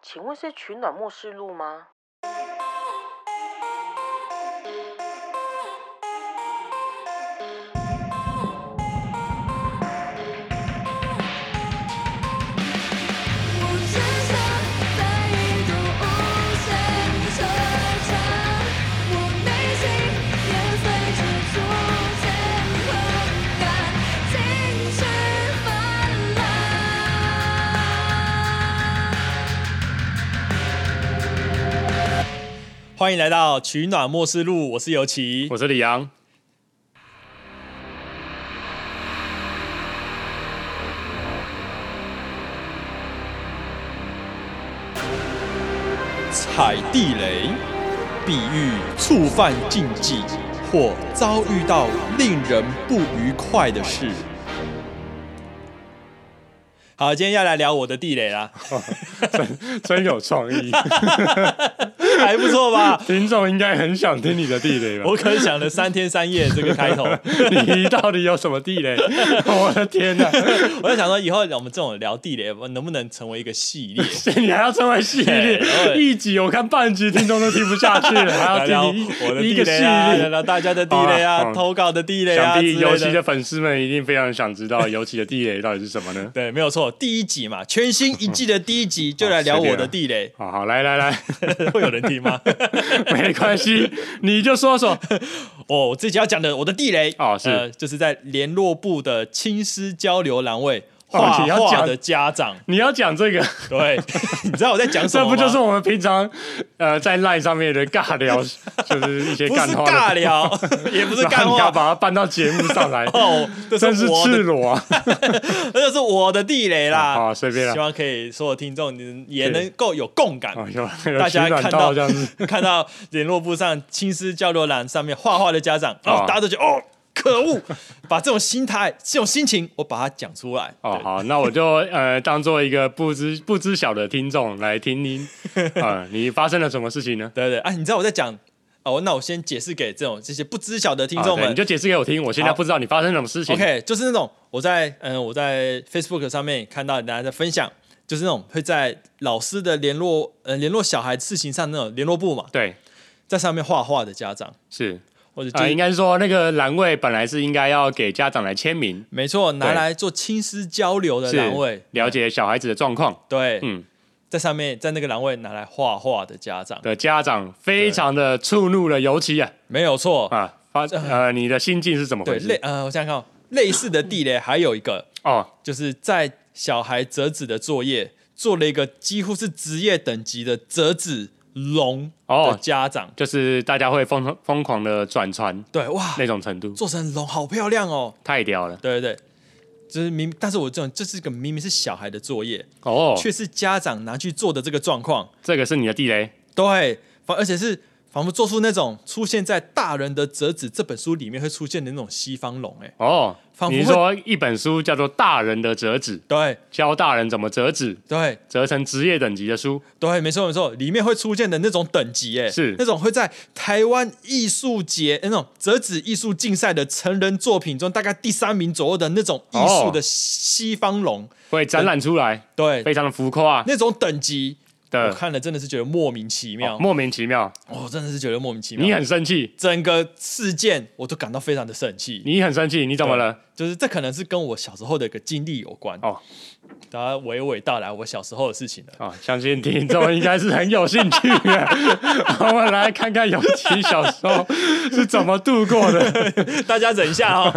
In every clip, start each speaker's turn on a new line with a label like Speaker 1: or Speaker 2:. Speaker 1: 请问是取暖末世录吗？
Speaker 2: 我只想在一种无声的惆怅，我内心也随之出现狂感，情绪泛滥。
Speaker 3: 欢迎来到取暖末世录，我是尤其
Speaker 4: 我。是李阳，
Speaker 3: 踩地雷，必欲触犯禁忌，或遭遇到令人不愉快的事。好，今天要来聊我的地雷啦，
Speaker 4: 真有创意，
Speaker 3: 还不错吧？
Speaker 4: 听众应该很想听你的地雷吧
Speaker 3: 我？可 能想了三天三夜这个开头，
Speaker 4: 你到底有什么地雷？我的天哪！
Speaker 3: 我在想说以后我们这种聊地雷，能不能成为一个系 列？
Speaker 4: 你还要成为系列
Speaker 3: 哎对
Speaker 4: 一集，我看半集听众都听不下去了，
Speaker 3: 聊
Speaker 4: 还
Speaker 3: 聊
Speaker 4: 要听
Speaker 3: 我的
Speaker 4: 一
Speaker 3: 地
Speaker 4: 个系
Speaker 3: 雷啊，聊
Speaker 4: 列。
Speaker 3: 聊大家的地雷
Speaker 4: 好
Speaker 3: 啊，
Speaker 4: 啊
Speaker 3: 投稿的地雷啊
Speaker 4: 想
Speaker 3: 之
Speaker 4: 必
Speaker 3: 类
Speaker 4: 尤其
Speaker 3: 的
Speaker 4: 的。粉丝们一定非常想知道尤其的地雷到底是什么呢？
Speaker 3: 对，没有错，第一集嘛，全新一季的第一集就来聊我的地 雷，
Speaker 4: 好好，来 来来，
Speaker 3: 会有人听吗？
Speaker 4: 没关系，你就说说。
Speaker 3: 哦，我自己要讲的我的地雷
Speaker 4: 哦是
Speaker 3: 呃，就是在联络部的亲师交流栏位
Speaker 4: 哦
Speaker 3: 画
Speaker 4: 你要
Speaker 3: 画
Speaker 4: 讲
Speaker 3: 的家长，
Speaker 4: 你要讲这 个，
Speaker 3: 对，你知道我在讲什
Speaker 4: 这
Speaker 3: 么吗？
Speaker 4: 不就是我们平常呃在 LINE 上面的尬 聊，就是一些
Speaker 3: 不
Speaker 4: 干
Speaker 3: 是
Speaker 4: 话的
Speaker 3: 尬聊， 也不是干
Speaker 4: 然后你要
Speaker 3: 话
Speaker 4: 把它搬到节目上来，
Speaker 3: 哦，这
Speaker 4: 真
Speaker 3: 是
Speaker 4: 是
Speaker 3: 我
Speaker 4: 赤
Speaker 3: 的，
Speaker 4: 裸啊！
Speaker 3: 这是我的地雷啦。
Speaker 4: 啊，随便
Speaker 3: 希
Speaker 4: 啦，
Speaker 3: 望可以所有听众你也能够有共感，
Speaker 4: 啊，有 有
Speaker 3: 大家
Speaker 4: 取暖
Speaker 3: 看
Speaker 4: 到
Speaker 3: 到
Speaker 4: 这样 子，
Speaker 3: 看到联络簿上亲师交流栏上面画画的家长，哦
Speaker 4: 哦，
Speaker 3: 大家都觉得哦，可恶，把这种心态、这种心情，我把它讲出来。
Speaker 4: 哦，
Speaker 3: 对
Speaker 4: 好，那我就呃当做一个不知不知晓的听众来听听，啊，你发生了什么事情呢？
Speaker 3: 对对，啊，你知道我在讲哦，那我先解释给这种这些不知晓 的听
Speaker 4: 啊
Speaker 3: 众
Speaker 4: 对
Speaker 3: 们。
Speaker 4: 你就解释给我听，我现在
Speaker 3: 好
Speaker 4: 不知道你发生什么事情。
Speaker 3: OK，就是那种我在嗯我在 Facebook 上面看到大家在分享，就是那种会在老师的联络呃联络小孩事情上那种联络部嘛，
Speaker 4: 对，
Speaker 3: 在上面画画的家长，
Speaker 4: 是
Speaker 3: 或者就、
Speaker 4: 啊，应该是说那个栏位本来是应该要给家长来签名，
Speaker 3: 没错，拿
Speaker 4: 对
Speaker 3: 来做亲师交流的
Speaker 4: 是
Speaker 3: 栏位，
Speaker 4: 了解小孩子的状况。
Speaker 3: 对，
Speaker 4: 嗯，
Speaker 3: 在上面在那个栏位拿来画画的家长，
Speaker 4: 的家长非常的触怒了，尤其啊
Speaker 3: 没有错，
Speaker 4: 啊发呃你的心境是怎么
Speaker 3: 对
Speaker 4: 回
Speaker 3: 类
Speaker 4: 事？
Speaker 3: 呃我想想看哦，类似的地雷还有一个，
Speaker 4: 哦，
Speaker 3: 就是在小孩折纸的作业做了一个几乎是职业等级的折纸龙的
Speaker 4: 哦
Speaker 3: 家长，
Speaker 4: 就是大家会疯疯狂的转传
Speaker 3: 对哇，
Speaker 4: 那种程度，
Speaker 3: 做成龙好漂亮哦，
Speaker 4: 太屌了
Speaker 3: 对对对，就是明，但是我这种这是一个明明是小孩的作业，
Speaker 4: 哦！
Speaker 3: 却是家长拿去做的这个状况，
Speaker 4: 这个是你的地雷
Speaker 3: 对，仿而且是仿佛做出那种出现在《大人的折纸》这本书里面会出现的那种西方龙，哎，
Speaker 4: 哦
Speaker 3: 仿。佛
Speaker 4: 你说一本书叫做《大人的折纸》，
Speaker 3: 对
Speaker 4: 教大人怎么折纸，
Speaker 3: 对，
Speaker 4: 折成职业等级的书，
Speaker 3: 对，没错没错，里面会出现的那种等级，哎，
Speaker 4: 是
Speaker 3: 那种会在台湾艺术节那种折纸艺术竞赛的成人作品中，大概第三名左右的那种艺术的
Speaker 4: 哦
Speaker 3: 西方龙，
Speaker 4: 会展览出来，
Speaker 3: 对，
Speaker 4: 非常的浮夸
Speaker 3: 那种等级，我
Speaker 4: 的，
Speaker 3: 看了真的是觉得莫名其妙
Speaker 4: 哦，莫名其妙。
Speaker 3: 我、真的是觉得莫名其
Speaker 4: 你
Speaker 3: 妙。
Speaker 4: 很生气，
Speaker 3: 整个事件我都感到非常的生气，
Speaker 4: 你很生气，你怎么了？
Speaker 3: 就是这可能是跟我小时候的一个经历有关
Speaker 4: 哦。
Speaker 3: 大家娓娓道来我小时候的事情了。
Speaker 4: 哦，相信听众应该是很有兴趣的。我们来看看尤其小时候是怎么度过 的，
Speaker 3: 大家忍一下哦，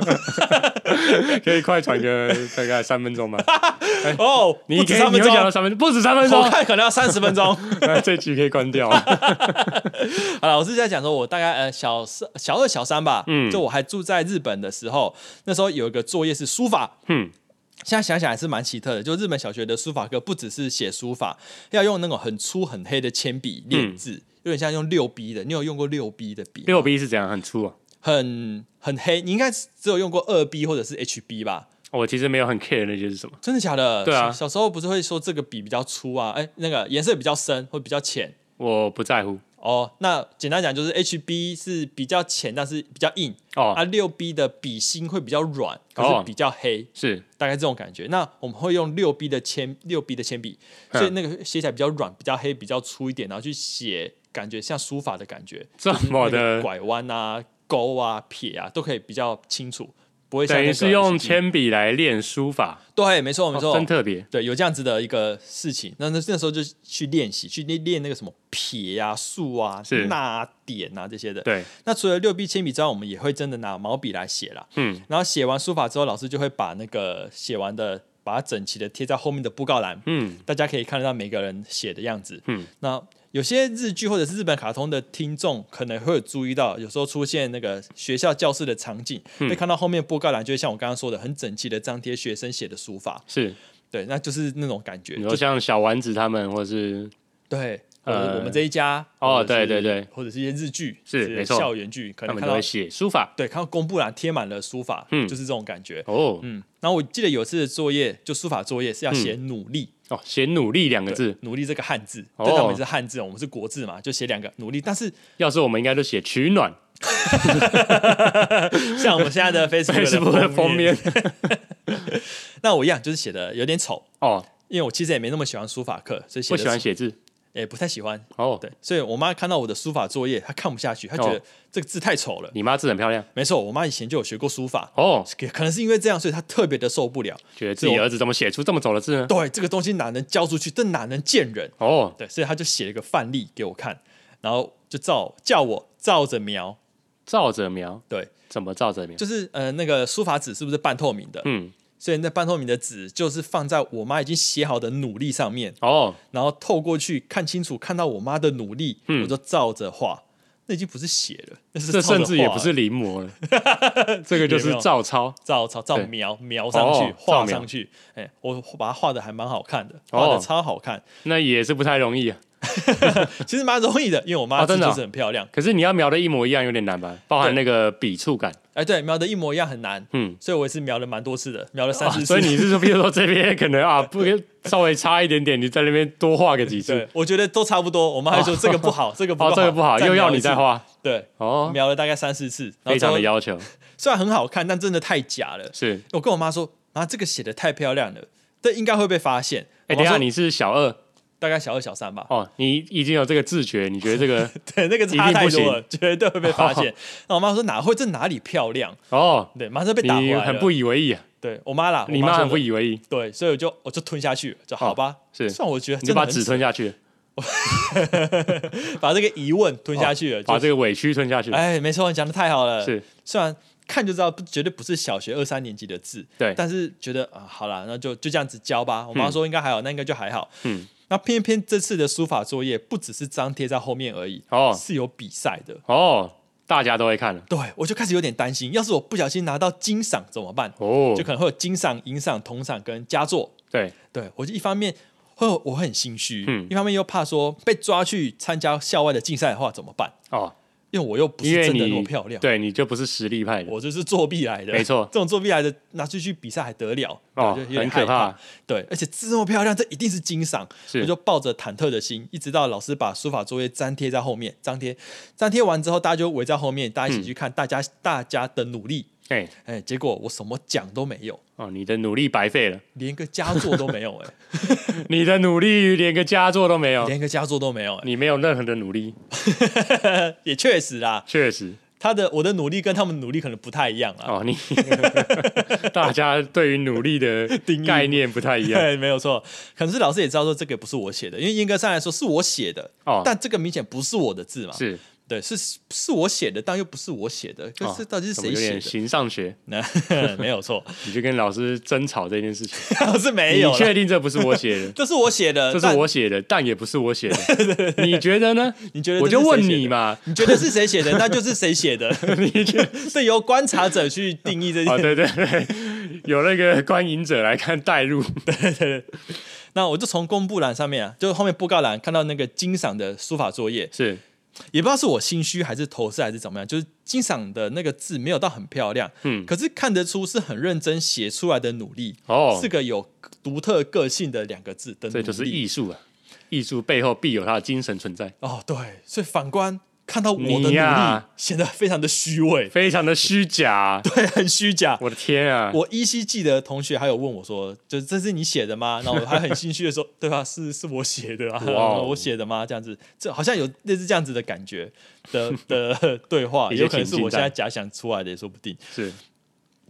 Speaker 4: 可以快传个大概三分钟 吗？
Speaker 3: 哦，
Speaker 4: 你
Speaker 3: 不
Speaker 4: 可
Speaker 3: 止
Speaker 4: 以，
Speaker 3: 三
Speaker 4: 你
Speaker 3: 分
Speaker 4: 会
Speaker 3: 钟
Speaker 4: 讲，到三分，不止三分钟
Speaker 3: 我，看可能要三十分钟。
Speaker 4: 那这局可以关 掉。
Speaker 3: 好了，我是在讲说，我大概呃小三、小二、小三吧，
Speaker 4: 嗯
Speaker 3: 就我还住在日本的时候，那时候有一个作业是书法。
Speaker 4: 嗯，
Speaker 3: 现在想想还是蛮奇特的，就日本小学的书法课不只是写书法，要用那种很粗很黑的铅笔练字，有点像用六 B 的。你有用过六 B 的笔？
Speaker 4: 六 B 是怎样？很粗啊。
Speaker 3: 很很黑，你应该只有用过二 B 或者是 HB 吧？
Speaker 4: 我其实没有很 care 那些是什么。
Speaker 3: 真的假的？
Speaker 4: 对啊
Speaker 3: 小小时候不是会说这个笔比较粗啊，哎、那个颜色比较深或比较浅。
Speaker 4: 我不在乎，
Speaker 3: 哦，那简单讲就是 HB 是比较浅，但是比较硬
Speaker 4: 哦
Speaker 3: 啊，六 B 的笔芯会比较软，可
Speaker 4: 哦
Speaker 3: 是比较黑，
Speaker 4: 是
Speaker 3: 大概这种感觉。那我们会用六 B 的铅，六 B 的铅笔，
Speaker 4: 嗯
Speaker 3: 所以那个写起来比较软、比较黑、比较粗一点，然后去写，感觉像书法的感觉，
Speaker 4: 这么
Speaker 3: 那个
Speaker 4: 的，
Speaker 3: 拐弯啊、勾啊、撇啊都可以比较清楚，不会像
Speaker 4: 等
Speaker 3: 那个
Speaker 4: 于是用
Speaker 3: SG
Speaker 4: 铅笔来练书法，
Speaker 3: 对，没错没错，
Speaker 4: 哦真特别。
Speaker 3: 对，有这样子的一个事情，那那那时候就去练习，去练练那个什么撇啊、竖啊
Speaker 4: 是、
Speaker 3: 捺啊、点啊这些的。
Speaker 4: 对，
Speaker 3: 那除了六 B 铅笔之外，我们也会真的拿毛笔来写啦。
Speaker 4: 嗯，
Speaker 3: 然后写完书法之后，老师就会把那个写完的，把它整齐的贴在后面的布告栏，
Speaker 4: 嗯，
Speaker 3: 大家可以看得到每个人写的样子。
Speaker 4: 嗯，
Speaker 3: 那有些日剧或者是日本卡通的听众可能会有注意到，有时候出现那个学校教室的场景，
Speaker 4: 嗯
Speaker 3: 会看到后面布告栏就会像我刚刚说的，很整齐的张贴学生写的书法。
Speaker 4: 是
Speaker 3: 对，那就是那种感觉，
Speaker 4: 你
Speaker 3: 就
Speaker 4: 说像小丸子他们，或是
Speaker 3: 对，或
Speaker 4: 呃
Speaker 3: 者是我们这一家
Speaker 4: 哦
Speaker 3: 或者是
Speaker 4: 对对对
Speaker 3: 或者是一些日剧，
Speaker 4: 是
Speaker 3: 之类的
Speaker 4: 没错
Speaker 3: 校园剧可
Speaker 4: 他
Speaker 3: 能
Speaker 4: 们
Speaker 3: 看
Speaker 4: 都
Speaker 3: 到
Speaker 4: 会写书法
Speaker 3: 对看到公布栏贴满了书法，
Speaker 4: 嗯
Speaker 3: 就是这种感觉。
Speaker 4: 哦
Speaker 3: 嗯，然后我记得有一次的作业，就书法作业是要写努力，
Speaker 4: 哦，写努力两个
Speaker 3: 对
Speaker 4: 字，
Speaker 3: 努力这个汉字，
Speaker 4: 哦
Speaker 3: 对他们是汉字，我们是国字嘛，就写两个努力。但是
Speaker 4: 要是我们应该都写取暖
Speaker 3: 像我们现在 的
Speaker 4: ，Facebook
Speaker 3: Facebook
Speaker 4: 的
Speaker 3: 的
Speaker 4: 封
Speaker 3: 面，
Speaker 4: 面
Speaker 3: 那我一样就是写的有点丑，
Speaker 4: 哦，
Speaker 3: 因为我其实也没那么喜欢书法课，所以写
Speaker 4: 不
Speaker 3: 得
Speaker 4: 喜欢
Speaker 3: 丑，
Speaker 4: 写字
Speaker 3: 也不太喜欢。
Speaker 4: 哦。
Speaker 3: 对，所以我妈看到我的书法作业，她看不下去，她觉
Speaker 4: 哦
Speaker 3: 得这个字太丑了。
Speaker 4: 你妈字很漂亮
Speaker 3: 没错，我妈以前就有学过书法，
Speaker 4: 哦，
Speaker 3: 可可能是因为这样，所以她特别的受不了。
Speaker 4: 觉得自己
Speaker 3: 这我
Speaker 4: 儿子怎么写出这么丑的字呢？
Speaker 3: 对，这个东西哪能教出去？这哪能见人？
Speaker 4: 哦，
Speaker 3: 对，所以她就写了一个范例给我看，然后就照叫我照着描。
Speaker 4: 照着描，
Speaker 3: 对，
Speaker 4: 怎么照着描？
Speaker 3: 就是呃，那个书法纸是不是半透明的？
Speaker 4: 嗯，
Speaker 3: 所以那半透明的纸就是放在我妈已经写好的努力上面，
Speaker 4: 哦，
Speaker 3: 然后透过去看清楚，看到我妈的努力，
Speaker 4: 嗯
Speaker 3: 我就照着画。那已经不是写了，那是
Speaker 4: 这
Speaker 3: 照着
Speaker 4: 甚至也
Speaker 3: 画
Speaker 4: 不
Speaker 3: 了
Speaker 4: 是临 摹了，这个就是照抄
Speaker 3: 照照照
Speaker 4: 对
Speaker 3: 描描上去
Speaker 4: 哦，
Speaker 3: 画、
Speaker 4: 照描
Speaker 3: 上去。哎、我把它画的还蛮好看的，
Speaker 4: 哦
Speaker 3: 画的超好看，
Speaker 4: 那也是不太容易啊。
Speaker 3: 其实蛮容易的，因为我妈
Speaker 4: 哦真
Speaker 3: 字
Speaker 4: 的哦
Speaker 3: 就是很漂亮。
Speaker 4: 可是你要描的一模一样有点难吧？包含那个笔触感，
Speaker 3: 哎、对，描的一模一样很难，
Speaker 4: 嗯，
Speaker 3: 所以我也是描了蛮多次的，描了三
Speaker 4: 啊
Speaker 3: 四次。
Speaker 4: 所以你是说，比如说这边可能啊，不稍微差一点点，你在那边多画个几次
Speaker 3: 对，，我觉得都差不多。我妈还说这个不好，这个不
Speaker 4: 哦，这个不好，又要你再
Speaker 3: 再描一次。
Speaker 4: 画，
Speaker 3: 对，
Speaker 4: 哦，
Speaker 3: 描了大概三四次，然
Speaker 4: 非
Speaker 3: 后最
Speaker 4: 常
Speaker 3: 后
Speaker 4: 的要求，
Speaker 3: 虽然很好看，但真的太假了。
Speaker 4: 是。
Speaker 3: 我跟我妈说，妈，这个写的太漂亮了，这应该会被发现。我
Speaker 4: 哎，等
Speaker 3: 妈
Speaker 4: 一下，
Speaker 3: 说
Speaker 4: 你是小二
Speaker 3: 大概小二小三吧。
Speaker 4: 哦，你已经有这个自觉，你觉得 这个
Speaker 3: 对，那个
Speaker 4: 一
Speaker 3: 差
Speaker 4: 定
Speaker 3: 太
Speaker 4: 不
Speaker 3: 多了，绝对会被发 现。
Speaker 4: 哦
Speaker 3: 然后我妈说哪会这哪里漂亮？
Speaker 4: 哦，
Speaker 3: 对，马上被打回
Speaker 4: 你
Speaker 3: 来了。
Speaker 4: 很不以为意啊，
Speaker 3: 对我妈啦，
Speaker 4: 你
Speaker 3: 我妈
Speaker 4: 妈
Speaker 3: 说
Speaker 4: 很
Speaker 3: 的
Speaker 4: 不以为意，
Speaker 3: 对，所以我就我就吞下去了，就好吧。
Speaker 4: 是
Speaker 3: 算我觉得真
Speaker 4: 你就
Speaker 3: 的
Speaker 4: 把
Speaker 3: 很
Speaker 4: 纸吞下去，
Speaker 3: 把这个疑问吞下去了，
Speaker 4: 哦把这
Speaker 3: 个
Speaker 4: 个委屈吞下去，
Speaker 3: 哎，没错，你讲的太好了。
Speaker 4: 是，
Speaker 3: 虽然看就知道不绝对不是小学二三年级的字，
Speaker 4: 对
Speaker 3: 但是觉得啊，好啦，那就就这样子教吧。我妈
Speaker 4: 嗯
Speaker 3: 说应该还好，那应该就还好。
Speaker 4: 嗯，
Speaker 3: 那偏偏这次的书法作业不只是张贴在后面而已，
Speaker 4: 哦
Speaker 3: 是有比赛的。
Speaker 4: 哦，大家都会看了，
Speaker 3: 对，我就开始有点担心，要是我不小心拿到金赏怎么办？
Speaker 4: 哦
Speaker 3: 就，可能会有金赏、银赏、铜赏跟佳作。
Speaker 4: 对，
Speaker 3: 对我就一方面会我会很心虚，
Speaker 4: 嗯
Speaker 3: 一方面又怕说被抓去参加校外的竞赛的话怎么办？
Speaker 4: 哦，
Speaker 3: 因为我又不是
Speaker 4: 因为
Speaker 3: 真的
Speaker 4: 你
Speaker 3: 那么漂亮，
Speaker 4: 对你就不是实力派的，
Speaker 3: 我就是作弊来的，
Speaker 4: 没错
Speaker 3: 这种作弊来的拿出去比赛还得了？
Speaker 4: 哦
Speaker 3: 对我就有点
Speaker 4: 很可
Speaker 3: 害
Speaker 4: 怕
Speaker 3: 怕。对，而且这么漂亮，这一定是金赏，
Speaker 4: 是
Speaker 3: 我就抱着忐忑的心，一直到老师把书法作业粘贴在后面，粘贴粘贴完之后，大家就围在后面，大家
Speaker 4: 嗯
Speaker 3: 一起去看大家、大家的努力。
Speaker 4: 哎，
Speaker 3: 哎，结果我什么奖都没有，
Speaker 4: 哦，你的努力白费了，
Speaker 3: 连个佳作都没有、 哎，
Speaker 4: 你的努力连个佳作都没有，
Speaker 3: 连个佳作都没有、哎，
Speaker 4: 你没有任何的努力，
Speaker 3: 也确实啦，
Speaker 4: 确实，
Speaker 3: 他的我的努力跟他们努力可能不太一样啊。
Speaker 4: 哦，你大家对于努力的
Speaker 3: 定义
Speaker 4: 概念不太一样，
Speaker 3: 对，没有错。可能是老师也知道说这个不是我写的，因为严格上来说是我写的，
Speaker 4: 哦
Speaker 3: 但这个明显不是我的字嘛。
Speaker 4: 是，
Speaker 3: 对，是是我写的，但又不是我写的，可
Speaker 4: 哦
Speaker 3: 是到底是
Speaker 4: 怎么
Speaker 3: 谁
Speaker 4: 有
Speaker 3: 写
Speaker 4: 点
Speaker 3: 的？
Speaker 4: 形上学，
Speaker 3: 那 没有错，
Speaker 4: 你就跟老师争吵这件事情，
Speaker 3: 是 没
Speaker 4: 你
Speaker 3: 有啦
Speaker 4: 确定这不是我 写的？
Speaker 3: 这是我写的，
Speaker 4: 这是
Speaker 3: 但
Speaker 4: 我写的，但也不是 我写的。你觉得呢？
Speaker 3: 你觉得
Speaker 4: 我
Speaker 3: 这是
Speaker 4: 就问
Speaker 3: 谁写的
Speaker 4: 你，嘛，
Speaker 3: 你觉得是谁写的，那就是谁写的，
Speaker 4: 你觉得？
Speaker 3: 这由观察者去定义这 件
Speaker 4: 哦，
Speaker 3: 事。
Speaker 4: 对对 对，有那个观影者来看带入，
Speaker 3: 那我就从公布栏上面啊，就是后面布告栏看到那个金赏的书法作业，
Speaker 4: 是
Speaker 3: 也不知道是我心虚还是投射还是怎么样，就是金赏的那个字没有到很漂亮，
Speaker 4: 嗯
Speaker 3: 可是看得出是很认真写出来的努力，
Speaker 4: 哦
Speaker 3: 是个有独特个性的两个字的努力，嗯
Speaker 4: 这就是艺术啊，艺术背后必有它的精神存在，
Speaker 3: 哦，对，所以反观看到我的努
Speaker 4: 你
Speaker 3: 力
Speaker 4: 呀
Speaker 3: 显得非常的虚 伪，
Speaker 4: 非常的虚假。
Speaker 3: 对，很虚假。
Speaker 4: 我的天啊！
Speaker 3: 我依稀记得同学还有问我说：“就是这是你写的吗？”然后我还很心虚的说：“ 对啊，是是我写的啊，
Speaker 4: 哇哦
Speaker 3: 我写的吗？”这样子，这好像有类似这样子的感觉的的对话，
Speaker 4: 一些
Speaker 3: 有可能是
Speaker 4: 情境
Speaker 3: 我现在
Speaker 4: 在
Speaker 3: 假想出来的，也说不定。
Speaker 4: 是，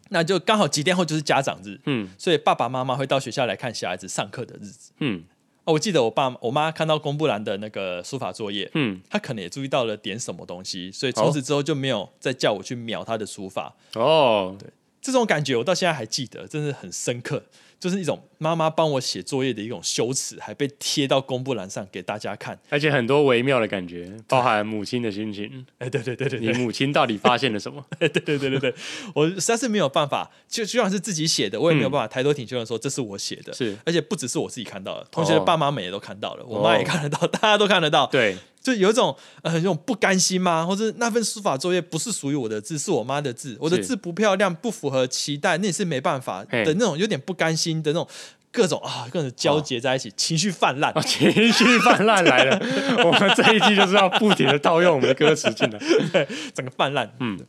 Speaker 3: 那就刚好几天后就是家长日，
Speaker 4: 嗯
Speaker 3: 所以爸爸妈妈会到学校来看小孩子上课的日子。
Speaker 4: 嗯
Speaker 3: 哦，我记得我爸我妈看到公布栏的那个书法作业，
Speaker 4: 嗯，
Speaker 3: 她可能也注意到了点什么东西，所以从此之后就没有再叫我去描她的书法。
Speaker 4: 哦，
Speaker 3: 这种感觉我到现在还记得，真是很深刻，就是一种妈妈帮我写作业的一种羞耻，还被贴到公布栏上给大家看。
Speaker 4: 而且很多微妙的感觉，包含母亲的心情。
Speaker 3: 哎，对对对对
Speaker 4: 你
Speaker 3: 对
Speaker 4: 母亲到底发现了 什么？
Speaker 3: 对对对对对，我实在是没有办法，就就算是自己写的，我也没有办法抬头挺胸的说这是我写的。
Speaker 4: 是
Speaker 3: 而且不只是我自己看到了，同学的爸妈们也都看到了，我妈也
Speaker 4: 哦
Speaker 3: 看得到，大家都看得到。
Speaker 4: 对，
Speaker 3: 就有一种呃，有一种不甘心吗？或者那份书法作业不是属于我的字，是我妈的字，我的
Speaker 4: 是
Speaker 3: 字不漂亮，不符合期待，那也是没办法
Speaker 4: 嘿
Speaker 3: 的那种，有点不甘心的那种，各种啊，各种交结在一起，情绪泛滥。
Speaker 4: 哦情绪泛滥来 了。我们这一季就是要不停的套用我们的歌词进来。
Speaker 3: 整个泛滥。
Speaker 4: 嗯
Speaker 3: 嗯，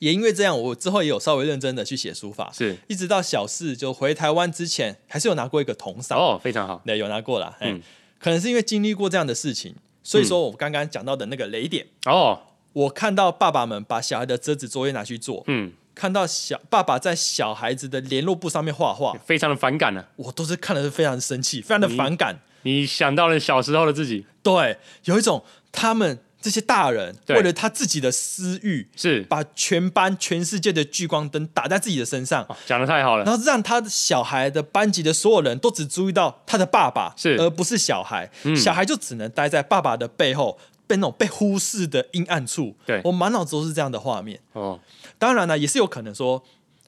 Speaker 3: 也因为这样，我之后也有稍微认真的去写书法，
Speaker 4: 是
Speaker 3: 一直到小四就回台湾之前，还是有拿过一个铜赏，
Speaker 4: 哦，非常好。
Speaker 3: 对，有拿过啦。哎、
Speaker 4: 嗯
Speaker 3: 可能是因为经历过这样的事情，所以说我刚刚讲到的那个雷点，
Speaker 4: 哦，
Speaker 3: 我看到爸爸们把小孩的折纸作业拿去做，
Speaker 4: 嗯，
Speaker 3: 看到小爸爸在小孩子的联络簿上面画画，
Speaker 4: 非常的反感呢、
Speaker 3: 我都是看的是非常生气，非常的反感。
Speaker 4: 你想到了小时候的自己，
Speaker 3: 对，有一种他们这些大人
Speaker 4: 对
Speaker 3: 为了他自己的私欲，
Speaker 4: 是
Speaker 3: 把全班全世界的聚光灯打在自己的身上，
Speaker 4: 哦讲的太好了。
Speaker 3: 然后让他的小孩的班级的所有人都只注意到他的爸爸，
Speaker 4: 是嗯
Speaker 3: 而不是小孩。小孩就只能待在爸爸的背后，被那种被忽视的阴暗处。
Speaker 4: 对
Speaker 3: 我满脑子都是这样的画面。
Speaker 4: 哦，
Speaker 3: 当然了，也是有可能说，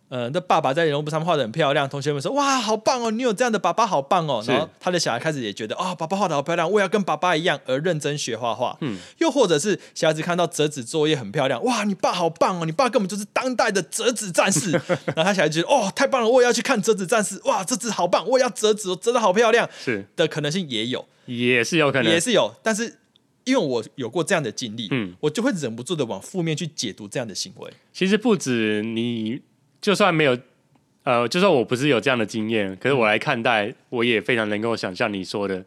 Speaker 3: 呃，那爸爸在人物上面画的很漂亮，同学们说哇，好棒哦，你有这样的爸爸，好棒哦。
Speaker 4: 是
Speaker 3: 然后他的小孩开始也觉得啊、爸爸画的好漂亮，我也要跟爸爸一样而认真学画画。嗯，又或者是小孩子看到折纸作业很漂亮，哇，你爸好棒哦，你爸根本就是当代的折纸战 士。然后他小孩就觉得哦，太棒了，我也要去看折纸战士，哇，这纸好棒，我也要折纸，哦折的好漂亮
Speaker 4: 是
Speaker 3: 的可能性也有。
Speaker 4: 也是有可能，
Speaker 3: 也是有，但是因为我有过这样的经历，
Speaker 4: 嗯
Speaker 3: 我就会忍不住的往负面去解读这样的行为。
Speaker 4: 其实不止你，就算没有，呃，就算我不是有这样的经验，可是我来看待，我也非常能够想象你说的，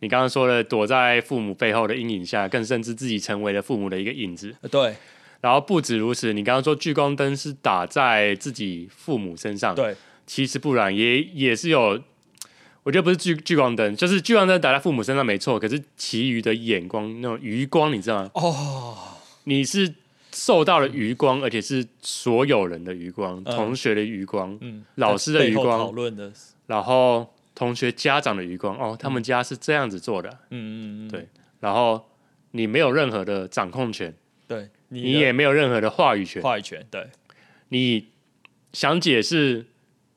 Speaker 4: 你刚刚说的躲在父母背后的阴影下，更甚至自己成为了父母的一个影子。
Speaker 3: 呃对
Speaker 4: 然后不止如此，你刚刚说聚光灯是打在自己父母身上，，
Speaker 3: 对，
Speaker 4: 其实不然，也也是有。我觉得不是聚聚光灯，就是聚光灯打在父母身上没错，可是其余的眼光那种余光，你知道吗？
Speaker 3: 哦，
Speaker 4: 你是受到了余光，而且是所有人的余光，
Speaker 3: 嗯
Speaker 4: 同学的余光，
Speaker 3: 嗯，
Speaker 4: 老师的余
Speaker 3: 背后讨
Speaker 4: 光，
Speaker 3: 论的，
Speaker 4: 然后同学家长的余光。
Speaker 3: 嗯
Speaker 4: 哦，他们家是这样子做的，
Speaker 3: 嗯嗯嗯，
Speaker 4: 对然后你没有任何的掌控权，
Speaker 3: 对，你
Speaker 4: 你
Speaker 3: 的
Speaker 4: 也没有任何的话语权，
Speaker 3: 话语权，对，
Speaker 4: 你想解释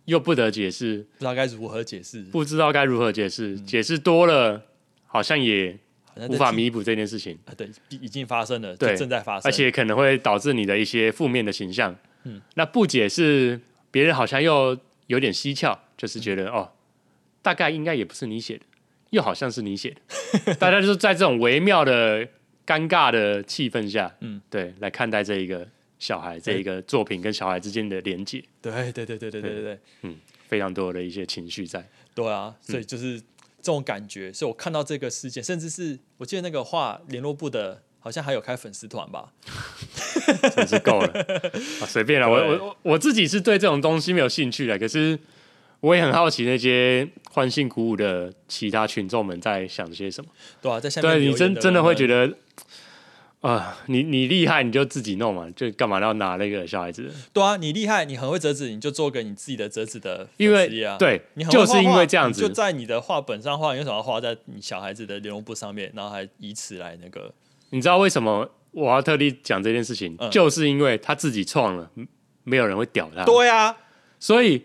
Speaker 4: 又不得解释，
Speaker 3: 不知道该如何解释，
Speaker 4: 不知道该如何解释，
Speaker 3: 嗯
Speaker 4: 解释多了好像也
Speaker 3: 好像
Speaker 4: 无
Speaker 3: 在
Speaker 4: 法
Speaker 3: 记
Speaker 4: 弥补这件事情。
Speaker 3: 啊，对，已已经发生了，
Speaker 4: 对
Speaker 3: 就正在发生，
Speaker 4: 而且可能会导致你的一些负面的形象。嗯，那不解是别人好像又有点蹊跷，就是觉得、哦，大概应该也不是你写的，又好像是你写 的，大家就是在这种微妙的尴尬的气氛下，嗯
Speaker 3: 嗯，
Speaker 4: 对，来看待这一个小孩这
Speaker 3: 对
Speaker 4: 一个作品跟小孩之间的连接，
Speaker 3: 对对对对对对对对
Speaker 4: 嗯，非常多的一些情绪在。
Speaker 3: 对啊，
Speaker 4: 嗯
Speaker 3: 所以就是这种感觉，所以我看到这个事件，甚至是我记得那个画联络部的，好像还有开粉丝团吧，
Speaker 4: 真是够了， 啊随、便了。我我我我自己是对这种东西没有兴趣的，可是我也很好奇那些欢欣鼓舞的其他群众们在想些什么。
Speaker 3: 对啊，在下面留
Speaker 4: 对你
Speaker 3: 言
Speaker 4: 真
Speaker 3: 的
Speaker 4: 真的
Speaker 3: 人
Speaker 4: 会
Speaker 3: 们
Speaker 4: 觉得，啊、你你厉害你就自己弄嘛，就干嘛要拿那个小孩子？
Speaker 3: 对啊，你厉害，你很会折纸，你就做个你自己的折纸的
Speaker 4: 因
Speaker 3: 粉丝
Speaker 4: 为、
Speaker 3: 页啊，
Speaker 4: 对
Speaker 3: 你，很会
Speaker 4: 就
Speaker 3: 画
Speaker 4: 是因
Speaker 3: 画
Speaker 4: 为这样
Speaker 3: 你
Speaker 4: 子
Speaker 3: 就，在你的画本上画，你为什么要画在你小孩子的联络簿上面，然后还以此来那个？
Speaker 4: 你知道为什么我要特地讲这件事情？
Speaker 3: 嗯
Speaker 4: 就是因为他自己创了，没有人会屌 他。
Speaker 3: 对啊，
Speaker 4: 所以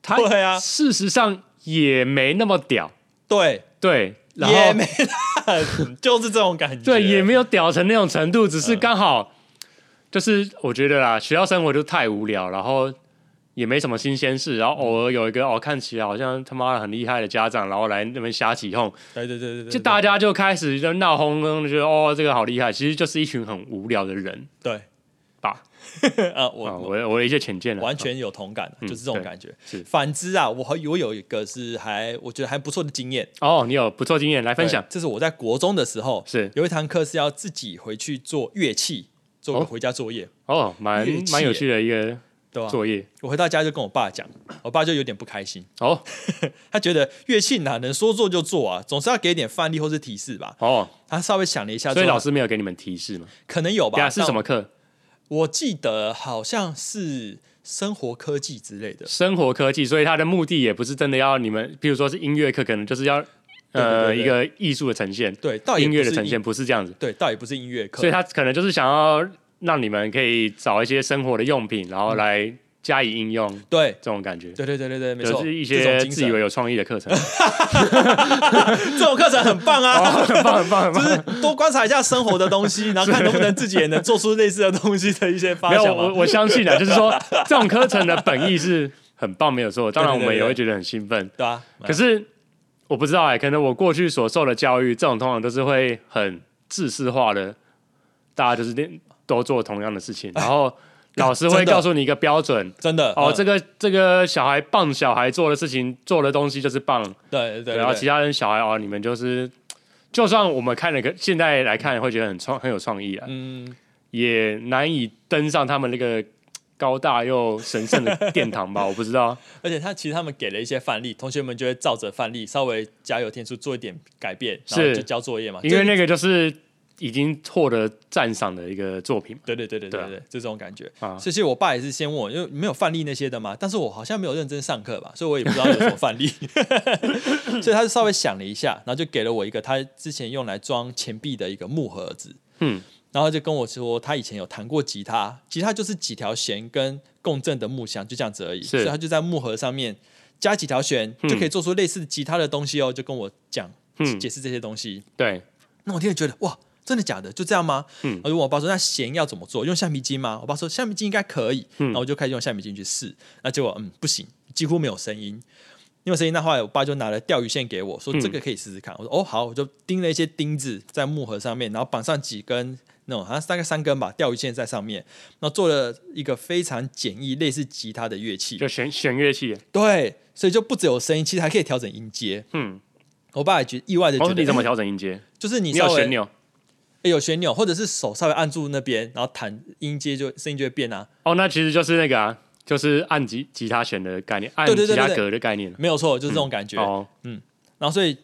Speaker 4: 他
Speaker 3: 对啊
Speaker 4: 事实上也没那么屌。
Speaker 3: 对，
Speaker 4: 对，然后
Speaker 3: 也没啦， 就是这种感觉。
Speaker 4: 对，也没有屌成那种程度，只是
Speaker 3: 嗯
Speaker 4: 刚好、就是我觉得啦，学校生活就太无聊，然后也没什么新鲜事，然后偶尔有一个哦看起来好像他妈很厉害的家长，然后来那边瞎起哄，
Speaker 3: 对对对对对，
Speaker 4: 就大家就开始就闹哄哄，就觉得哦这个好厉害，其实就是一群很无聊的人
Speaker 3: 对
Speaker 4: 吧？
Speaker 3: 啊，我、
Speaker 4: 啊，我我的一些浅见了，
Speaker 3: 完全有同感，啊
Speaker 4: 嗯
Speaker 3: 就是这种
Speaker 4: 对
Speaker 3: 感觉。
Speaker 4: 是
Speaker 3: 反之啊，我还我有一个是还我觉得还不错的经验
Speaker 4: 哦，你有不错经验来分享
Speaker 3: 对，这是我在国中的时候，
Speaker 4: 是
Speaker 3: 有一堂课是要自己回去做乐器，做
Speaker 4: 哦
Speaker 3: 个回家作业，
Speaker 4: 哦，蛮
Speaker 3: 乐器
Speaker 4: 蛮有
Speaker 3: 耶
Speaker 4: 趣的一个
Speaker 3: 对吧、
Speaker 4: 作业
Speaker 3: 我回到家就跟我爸讲，我爸就有点不开心，
Speaker 4: 哦
Speaker 3: 他觉得乐器哪能说做就做啊，总是要给点范例或是提示吧。
Speaker 4: 哦，
Speaker 3: 他稍微想了一下之
Speaker 4: 所
Speaker 3: 后，
Speaker 4: 以老师没有给你们提示吗？
Speaker 3: 可能有
Speaker 4: 对
Speaker 3: 吧？
Speaker 4: 啊，是什么？课？
Speaker 3: 我记得好像是生活科技之类的，
Speaker 4: 生活科技，所以它的目的也不是真的要你们，比如说是音乐课，可能就是要呃
Speaker 3: 对对对对
Speaker 4: 一个艺术的呈现，
Speaker 3: 对，倒也
Speaker 4: 音
Speaker 3: 不
Speaker 4: 乐
Speaker 3: 是
Speaker 4: 的呈现，不是这样子，
Speaker 3: 对，倒也不是音乐课，
Speaker 4: 所以他可能就是想要让你们可以找一些生活的用品，然后来加以应用，
Speaker 3: 对。
Speaker 4: 这种感觉。
Speaker 3: 嗯对对对对对，没
Speaker 4: 就
Speaker 3: 错，
Speaker 4: 是一
Speaker 3: 这
Speaker 4: 些
Speaker 3: 种精
Speaker 4: 自以
Speaker 3: 神
Speaker 4: 为有创意的 课程，
Speaker 3: 这种课程很棒啊，
Speaker 4: 很棒很棒 很
Speaker 3: 就
Speaker 4: 棒。
Speaker 3: 是多观察一下生活的东西，然后看能不能自己也能做出类似的东西的一些发
Speaker 4: 没有，
Speaker 3: 想
Speaker 4: 我
Speaker 3: 嘛。
Speaker 4: 我相信啊，就是说这种课程的本意是很棒，没有错。当
Speaker 3: 对
Speaker 4: 然，我
Speaker 3: 对
Speaker 4: 们也
Speaker 3: 对
Speaker 4: 会觉得很兴奋。
Speaker 3: 对啊，
Speaker 4: 可是我不知道哎、可能我过去所受的教育，这种通常都是会很制式化的，大家就是练都做同样的事情，然后老师会
Speaker 3: 哎真的
Speaker 4: 告诉你一个标准。
Speaker 3: 真的
Speaker 4: 哦，
Speaker 3: 嗯
Speaker 4: 这个这个小孩棒，小孩做的事情做的东西就是棒，
Speaker 3: 对对对，
Speaker 4: 然后其
Speaker 3: 他
Speaker 4: 他人小孩哦，你们就是，就算我们看了个现在来看会觉得很创很有创意啊，
Speaker 3: 嗯，
Speaker 4: 也难以登上他们那个高大又神圣的殿堂吧？我不知道，
Speaker 3: 而且他其实他们给了一些范例，同学们就会照着范例稍微加油添醋做一点改变，然后
Speaker 4: 是
Speaker 3: 就交作业嘛。
Speaker 4: 因为那个就是已经获得赞赏的一个作品嘛。
Speaker 3: 对对对对对
Speaker 4: 对啊
Speaker 3: 对，就这种感觉。
Speaker 4: 啊
Speaker 3: 所以其实我爸也是先问我，因为没有范例那些的嘛，但是我好像没有认真上课吧，所以我也不知道有什么范例， 所以他就稍微想了一下，然后就给了我一个他之前用来装钱币的一个木盒子，
Speaker 4: 嗯，
Speaker 3: 然后就跟我说他以前有弹过吉他，吉他就是几条弦跟共振的木箱，就这样子而已，
Speaker 4: 是
Speaker 3: 所以他就在木盒上面加几条弦，
Speaker 4: 嗯
Speaker 3: 就可以做出类似吉他的东西哦，就跟我讲
Speaker 4: 嗯
Speaker 3: 解释这些东西，
Speaker 4: 对，
Speaker 3: 那我听了觉得哇，真的假的？就这样吗？
Speaker 4: 嗯
Speaker 3: 嗯，我就问我爸说，那咸要怎么做？用橡皮筋吗？我爸说橡皮筋应该可以，
Speaker 4: 嗯
Speaker 3: 然后我就开始用橡皮筋去试，那结果嗯不行，几乎没有声音。没有声音，那后来我爸就拿了钓鱼线给我，说
Speaker 4: 嗯
Speaker 3: 这个可以试试看。我说哦好，我就钉了一些钉子在木盒上面，然后绑上几根那种好像大概三根吧，钓鱼线在上面，然后做了一个非常简易类似吉他的乐器
Speaker 4: 就。弦弦乐器，
Speaker 3: 对，所以就不只有声音，其实还可以调整音阶。
Speaker 4: 嗯，
Speaker 3: 我爸也觉意外的觉
Speaker 4: 哦，
Speaker 3: 得、
Speaker 4: 你怎么
Speaker 3: 哎
Speaker 4: 调整音阶？
Speaker 3: 就是你
Speaker 4: 你有
Speaker 3: 稍微
Speaker 4: 旋钮，
Speaker 3: 欸有旋钮，或者是手稍微按住那边，然后弹音阶就声音就会变啊，
Speaker 4: 哦，那其实就是那个啊，就是按吉吉他弦的概念，按
Speaker 3: 对对
Speaker 4: 吉
Speaker 3: 对
Speaker 4: 他
Speaker 3: 对对
Speaker 4: 格的概念。
Speaker 3: 没有错，就是这种感觉。
Speaker 4: 哦，
Speaker 3: 然后所以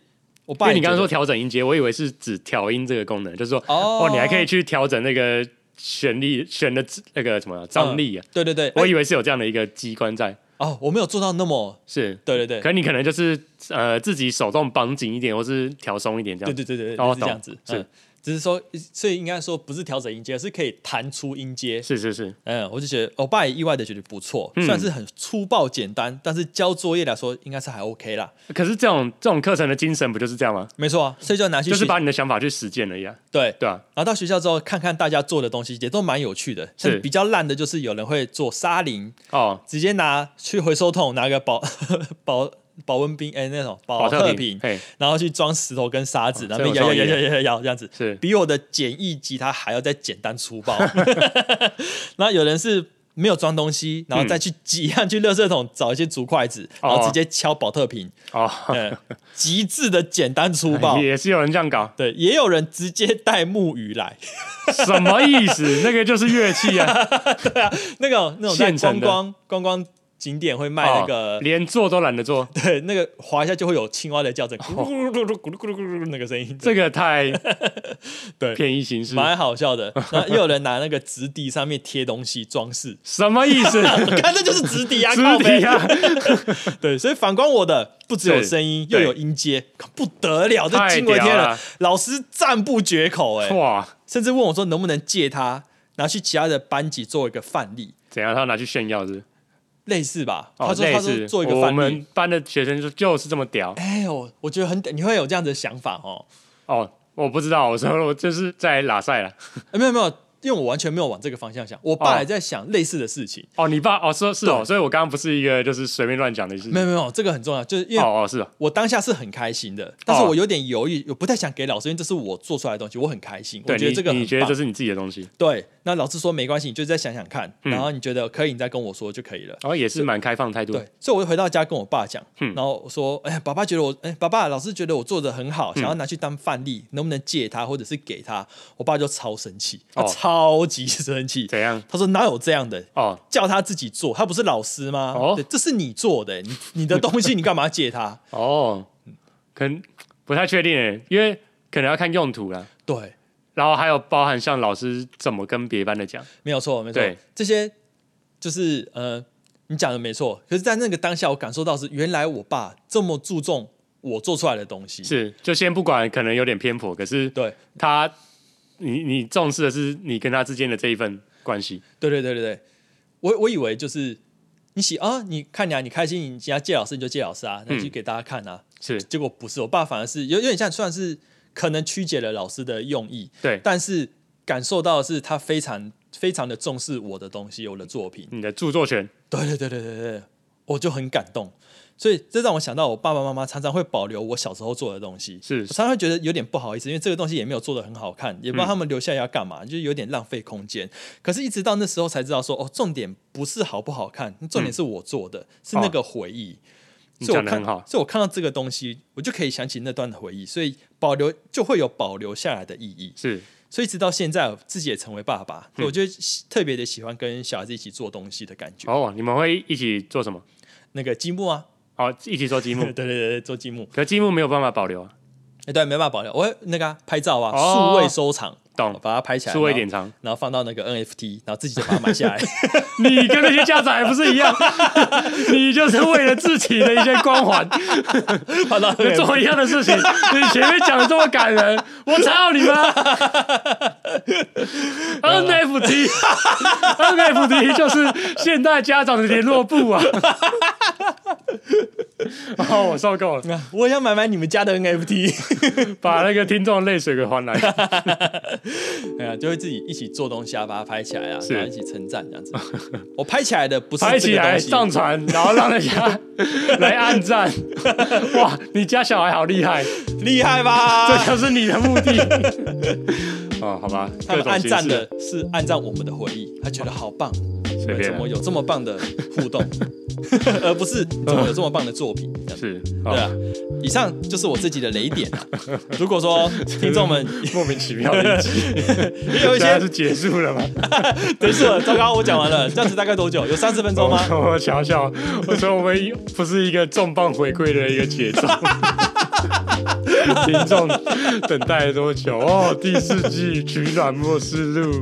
Speaker 3: 我
Speaker 4: 因
Speaker 3: 爸
Speaker 4: 为
Speaker 3: 也
Speaker 4: 你刚刚
Speaker 3: 觉
Speaker 4: 说
Speaker 3: 得
Speaker 4: 调整音阶，我以为是指调音这个功能，就是说
Speaker 3: 哦
Speaker 4: 哦，你还可以去调整那个旋律旋的那个什么张力啊。
Speaker 3: 嗯对对对，
Speaker 4: 我
Speaker 3: 哎
Speaker 4: 以为是有这样的一个机关在，
Speaker 3: 哦，我没有做到那么，
Speaker 4: 是，
Speaker 3: 对对对，
Speaker 4: 可你可能就是呃自己手动绑紧一点，或是调松一点这
Speaker 3: 对
Speaker 4: 样。
Speaker 3: 对对对，对
Speaker 4: 哦
Speaker 3: 就是这
Speaker 4: 懂
Speaker 3: 样子，
Speaker 4: 是
Speaker 3: 嗯只是说，所以应该说不是调整音阶，而是可以弹出音阶。
Speaker 4: 是是是，
Speaker 3: 嗯，我就觉得我爸也意外的觉得不错，
Speaker 4: 嗯
Speaker 3: 虽然是很粗暴简单，但是交作业来说应该是还 OK 啦。
Speaker 4: 可是这种这种课程的精神不就是这样吗？
Speaker 3: 没错啊，所以就拿去
Speaker 4: 就是
Speaker 3: 学
Speaker 4: 把你的想法去实践了一样，
Speaker 3: 对
Speaker 4: 对吧、
Speaker 3: 然后到学校之后，看看大家做的东西也都蛮有趣的。像
Speaker 4: 是
Speaker 3: 比较烂的就是有人会做沙林，
Speaker 4: 哦，
Speaker 3: 直接拿去回收桶拿个保 保保温冰哎、那种保
Speaker 4: 保
Speaker 3: 特
Speaker 4: 特
Speaker 3: 瓶，
Speaker 4: 嘿，
Speaker 3: 然后去装石头跟沙子，
Speaker 4: 哦
Speaker 3: 然后
Speaker 4: 这有
Speaker 3: 摇摇摇
Speaker 4: 创意
Speaker 3: 摇
Speaker 4: 啊
Speaker 3: 摇摇摇这样子，
Speaker 4: 是
Speaker 3: 比我的简易吉他还要再简单粗 暴。 然后有人是没有装东西，然后再去挤一样 去垃圾桶找一些竹筷子，然后直接敲保特 瓶，
Speaker 4: 哦，
Speaker 3: 嗯，极致的简单粗暴。
Speaker 4: 哎也是有人这样搞，
Speaker 3: 对，也有人直接带木鱼来，
Speaker 4: 什么意思？那个就是乐器啊，
Speaker 3: 那个那种在
Speaker 4: 现
Speaker 3: 观
Speaker 4: 成的
Speaker 3: 光观光景点会卖 那个
Speaker 4: 哦、连做都懒得做，
Speaker 3: 对，那个滑一下就会有青蛙的叫声，咕噜咕噜咕噜咕噜咕噜咕噜那个声音，
Speaker 4: 哦这个太
Speaker 3: 对
Speaker 4: 便宜行事，，
Speaker 3: 蛮好笑的。然后又有人拿那个纸底上面贴东西装饰
Speaker 4: 什么意 思？
Speaker 3: 看这就是纸底啊，
Speaker 4: 肢
Speaker 3: 靠背
Speaker 4: 体啊，
Speaker 3: 对，所以反观我的不只有
Speaker 4: 是
Speaker 3: 声音，又
Speaker 4: 对
Speaker 3: 有音阶，不得了，这
Speaker 4: 太
Speaker 3: 惊为
Speaker 4: 屌
Speaker 3: 天人
Speaker 4: 了，
Speaker 3: 老师赞不绝口哎、
Speaker 4: 哇，
Speaker 3: 甚至问我说能不能借他拿去其他的班级做一个范例，
Speaker 4: 怎样？他拿去炫耀是不是？
Speaker 3: 类似吧？
Speaker 4: 哦，
Speaker 3: 他说
Speaker 4: 类
Speaker 3: 他
Speaker 4: 似
Speaker 3: 说做一个
Speaker 4: 我
Speaker 3: 范
Speaker 4: 们
Speaker 3: 例。
Speaker 4: 班的学生就就是这么屌
Speaker 3: 哎呦，我觉得很你会有这样子的想法哦。
Speaker 4: 哦。我不知道，我说我就是在拉塞了，
Speaker 3: 哎，没有没有，因为我完全没有往这个方向想，我爸
Speaker 4: 哦
Speaker 3: 也在想类似的事情。
Speaker 4: 哦，你爸哦，是是哦，
Speaker 3: 对
Speaker 4: 所以我刚刚不是一个就是随便乱讲的意思。
Speaker 3: 没有没有，这个很重要，就是因为
Speaker 4: 哦哦哦是哦，
Speaker 3: 我当下是很开心的，但是我有点犹豫，我不太想给老师，因为这是我做出来的东西，我很开心。我
Speaker 4: 对，
Speaker 3: 觉得
Speaker 4: 你
Speaker 3: 这个很
Speaker 4: 你觉得
Speaker 3: 棒
Speaker 4: 这是你自己的东西，
Speaker 3: 对。那老师说没关系，你就再想想看，
Speaker 4: 嗯
Speaker 3: 然后你觉得可以，你再跟我说就可以了。
Speaker 4: 然后哦也是蛮开放态度。
Speaker 3: 对，所以我就回到家跟我爸讲，
Speaker 4: 嗯
Speaker 3: 然后我说：“哎、爸爸觉得我，哎、爸爸老师觉得我做的很
Speaker 4: 嗯
Speaker 3: 好，想要拿去当范例，能不能借他或者是给他？”我爸就超生气，他
Speaker 4: 哦
Speaker 3: 超级生气，
Speaker 4: 怎样？
Speaker 3: 他说：“哪有这样的？
Speaker 4: 哦，
Speaker 3: 叫他自己做，他不是老师吗？
Speaker 4: 哦
Speaker 3: 对，这是你做的，你你的东西你干嘛借 他？
Speaker 4: 哦，可能不太确定诶，因为可能要看用途啦，
Speaker 3: 对，
Speaker 4: 然后还有包含像老师怎么跟别班的讲，
Speaker 3: 没有错，没错
Speaker 4: 对，
Speaker 3: 这些就是呃，你讲的没错。可是，在那个当下，我感受到是原来我爸这么注重我做出来的东西，
Speaker 4: 是就先不管，可能有点偏颇，可是
Speaker 3: 对，
Speaker 4: 他你你重视的是你跟他之间的这一份关系，
Speaker 3: 对对对对对，我我以为就是你喜啊，你看你啊，你开心，你要借老师你就借老师啊，那
Speaker 4: 嗯
Speaker 3: 就给大家看啊。
Speaker 4: 是
Speaker 3: 结果不是，我爸反而是有有点像，算是可能曲解了老师的用意，
Speaker 4: 对
Speaker 3: 但是感受到的是他非常非常的重视我的东西，我的作品。
Speaker 4: 你的著作权，
Speaker 3: 对对对对对对，我就很感动。所以这让我想到，我爸爸妈妈常常会保留我小时候做的东西，
Speaker 4: 是
Speaker 3: 我常常会觉得有点不好意思，因为这个东西也没有做的很好看，也不知道
Speaker 4: 嗯
Speaker 3: 他们留下来要干嘛，就有点浪费空间。可是，一直到那时候才知道说，哦，重点不是好不好看，重点是我做的，是那个回忆。
Speaker 4: 嗯哦你
Speaker 3: 所以我
Speaker 4: 讲得
Speaker 3: 看
Speaker 4: 很好
Speaker 3: 所以我看到这个东西，我就可以想起那段回忆，所以保留就会有保留下来的意义。
Speaker 4: 是
Speaker 3: 所以直到现在，我自己也成为爸爸，
Speaker 4: 嗯
Speaker 3: 所以我就喜特别的喜欢跟小孩子一起做东西的感觉。
Speaker 4: 哦，你们会一起做什么？
Speaker 3: 那个积木啊，
Speaker 4: 哦，一起做积木
Speaker 3: 对，对对对，做积木，
Speaker 4: 可积木没有办法保留啊，
Speaker 3: 哎、对，没办法保留，我会那个啊、拍照啊，
Speaker 4: 哦
Speaker 3: 数位收藏，
Speaker 4: 懂？
Speaker 3: 把它拍起来，
Speaker 4: 数位
Speaker 3: 然后
Speaker 4: 典藏，
Speaker 3: 然后放到那个 NFT，然后自己就把它买 下来。
Speaker 4: 你跟那些家长还不是一样？ 你就是为了自己的一些光 环，
Speaker 3: 放到
Speaker 4: 你做一样的事情。你前面讲的这么感人，我操你 妈！NFT，NFT 就是现代家长的联络部啊！ 哦，我受够了，
Speaker 3: 我也想买买你们家的 NFT，
Speaker 4: 把那个听众泪水给还 来。
Speaker 3: 哎呀，就会自己一起做东西啊，把它拍起来啊，
Speaker 4: 是
Speaker 3: 然后一起称赞这样子。我拍起来的不是
Speaker 4: 拍
Speaker 3: 这
Speaker 4: 起
Speaker 3: 个
Speaker 4: 来
Speaker 3: 东西，
Speaker 4: 上传，然后让人家来按 赞。哇，你家小孩好厉害，
Speaker 3: 厉害
Speaker 4: 这
Speaker 3: 吧？
Speaker 4: 就是你的目的。 哦，好吧，
Speaker 3: 他们
Speaker 4: 各种
Speaker 3: 按
Speaker 4: 形
Speaker 3: 赞
Speaker 4: 式
Speaker 3: 的是按照我们的回忆，他觉得好棒，
Speaker 4: 随
Speaker 3: 怎
Speaker 4: 便
Speaker 3: 么
Speaker 4: 啊
Speaker 3: 有这么棒的互 动，而不是你怎么有这么棒的作品？这样子
Speaker 4: 是，
Speaker 3: 对啊
Speaker 4: 哦，
Speaker 3: 以上就是我自己的雷点 啊。如果说听众们
Speaker 4: 莫名其妙的一集，
Speaker 3: 也 有一
Speaker 4: 现在
Speaker 3: 些
Speaker 4: 是结束了吗？
Speaker 3: 没事了，糟糕，我讲完了，这样子大概多久？有三十分钟吗？
Speaker 4: 我我瞧瞧，我说我们不是一个重磅回归的一个节 奏。听众等待了多久？哦，第四季《取暖末世录》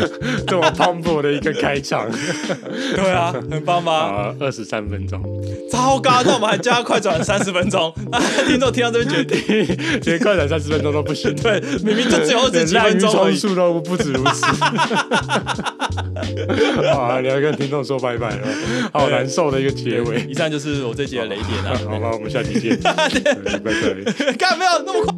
Speaker 4: 这么磅礴的一个开场。
Speaker 3: 对啊，很棒吧？
Speaker 4: 啊，二十三分钟，
Speaker 3: 糟糕，那我们还加快转三十分钟， 啊听众听到这边决定，
Speaker 4: 连快闪三十分钟都不行，
Speaker 3: 对，明明就只有 这几分钟而
Speaker 4: 充
Speaker 3: 已。
Speaker 4: 数都不止如 此。好啊，你要跟听众说拜拜了，好难受的一个结尾。
Speaker 3: 以上就是我这集的雷点啊！
Speaker 4: 好吧，我们下期见，对拜拜。
Speaker 3: 干没有那么快。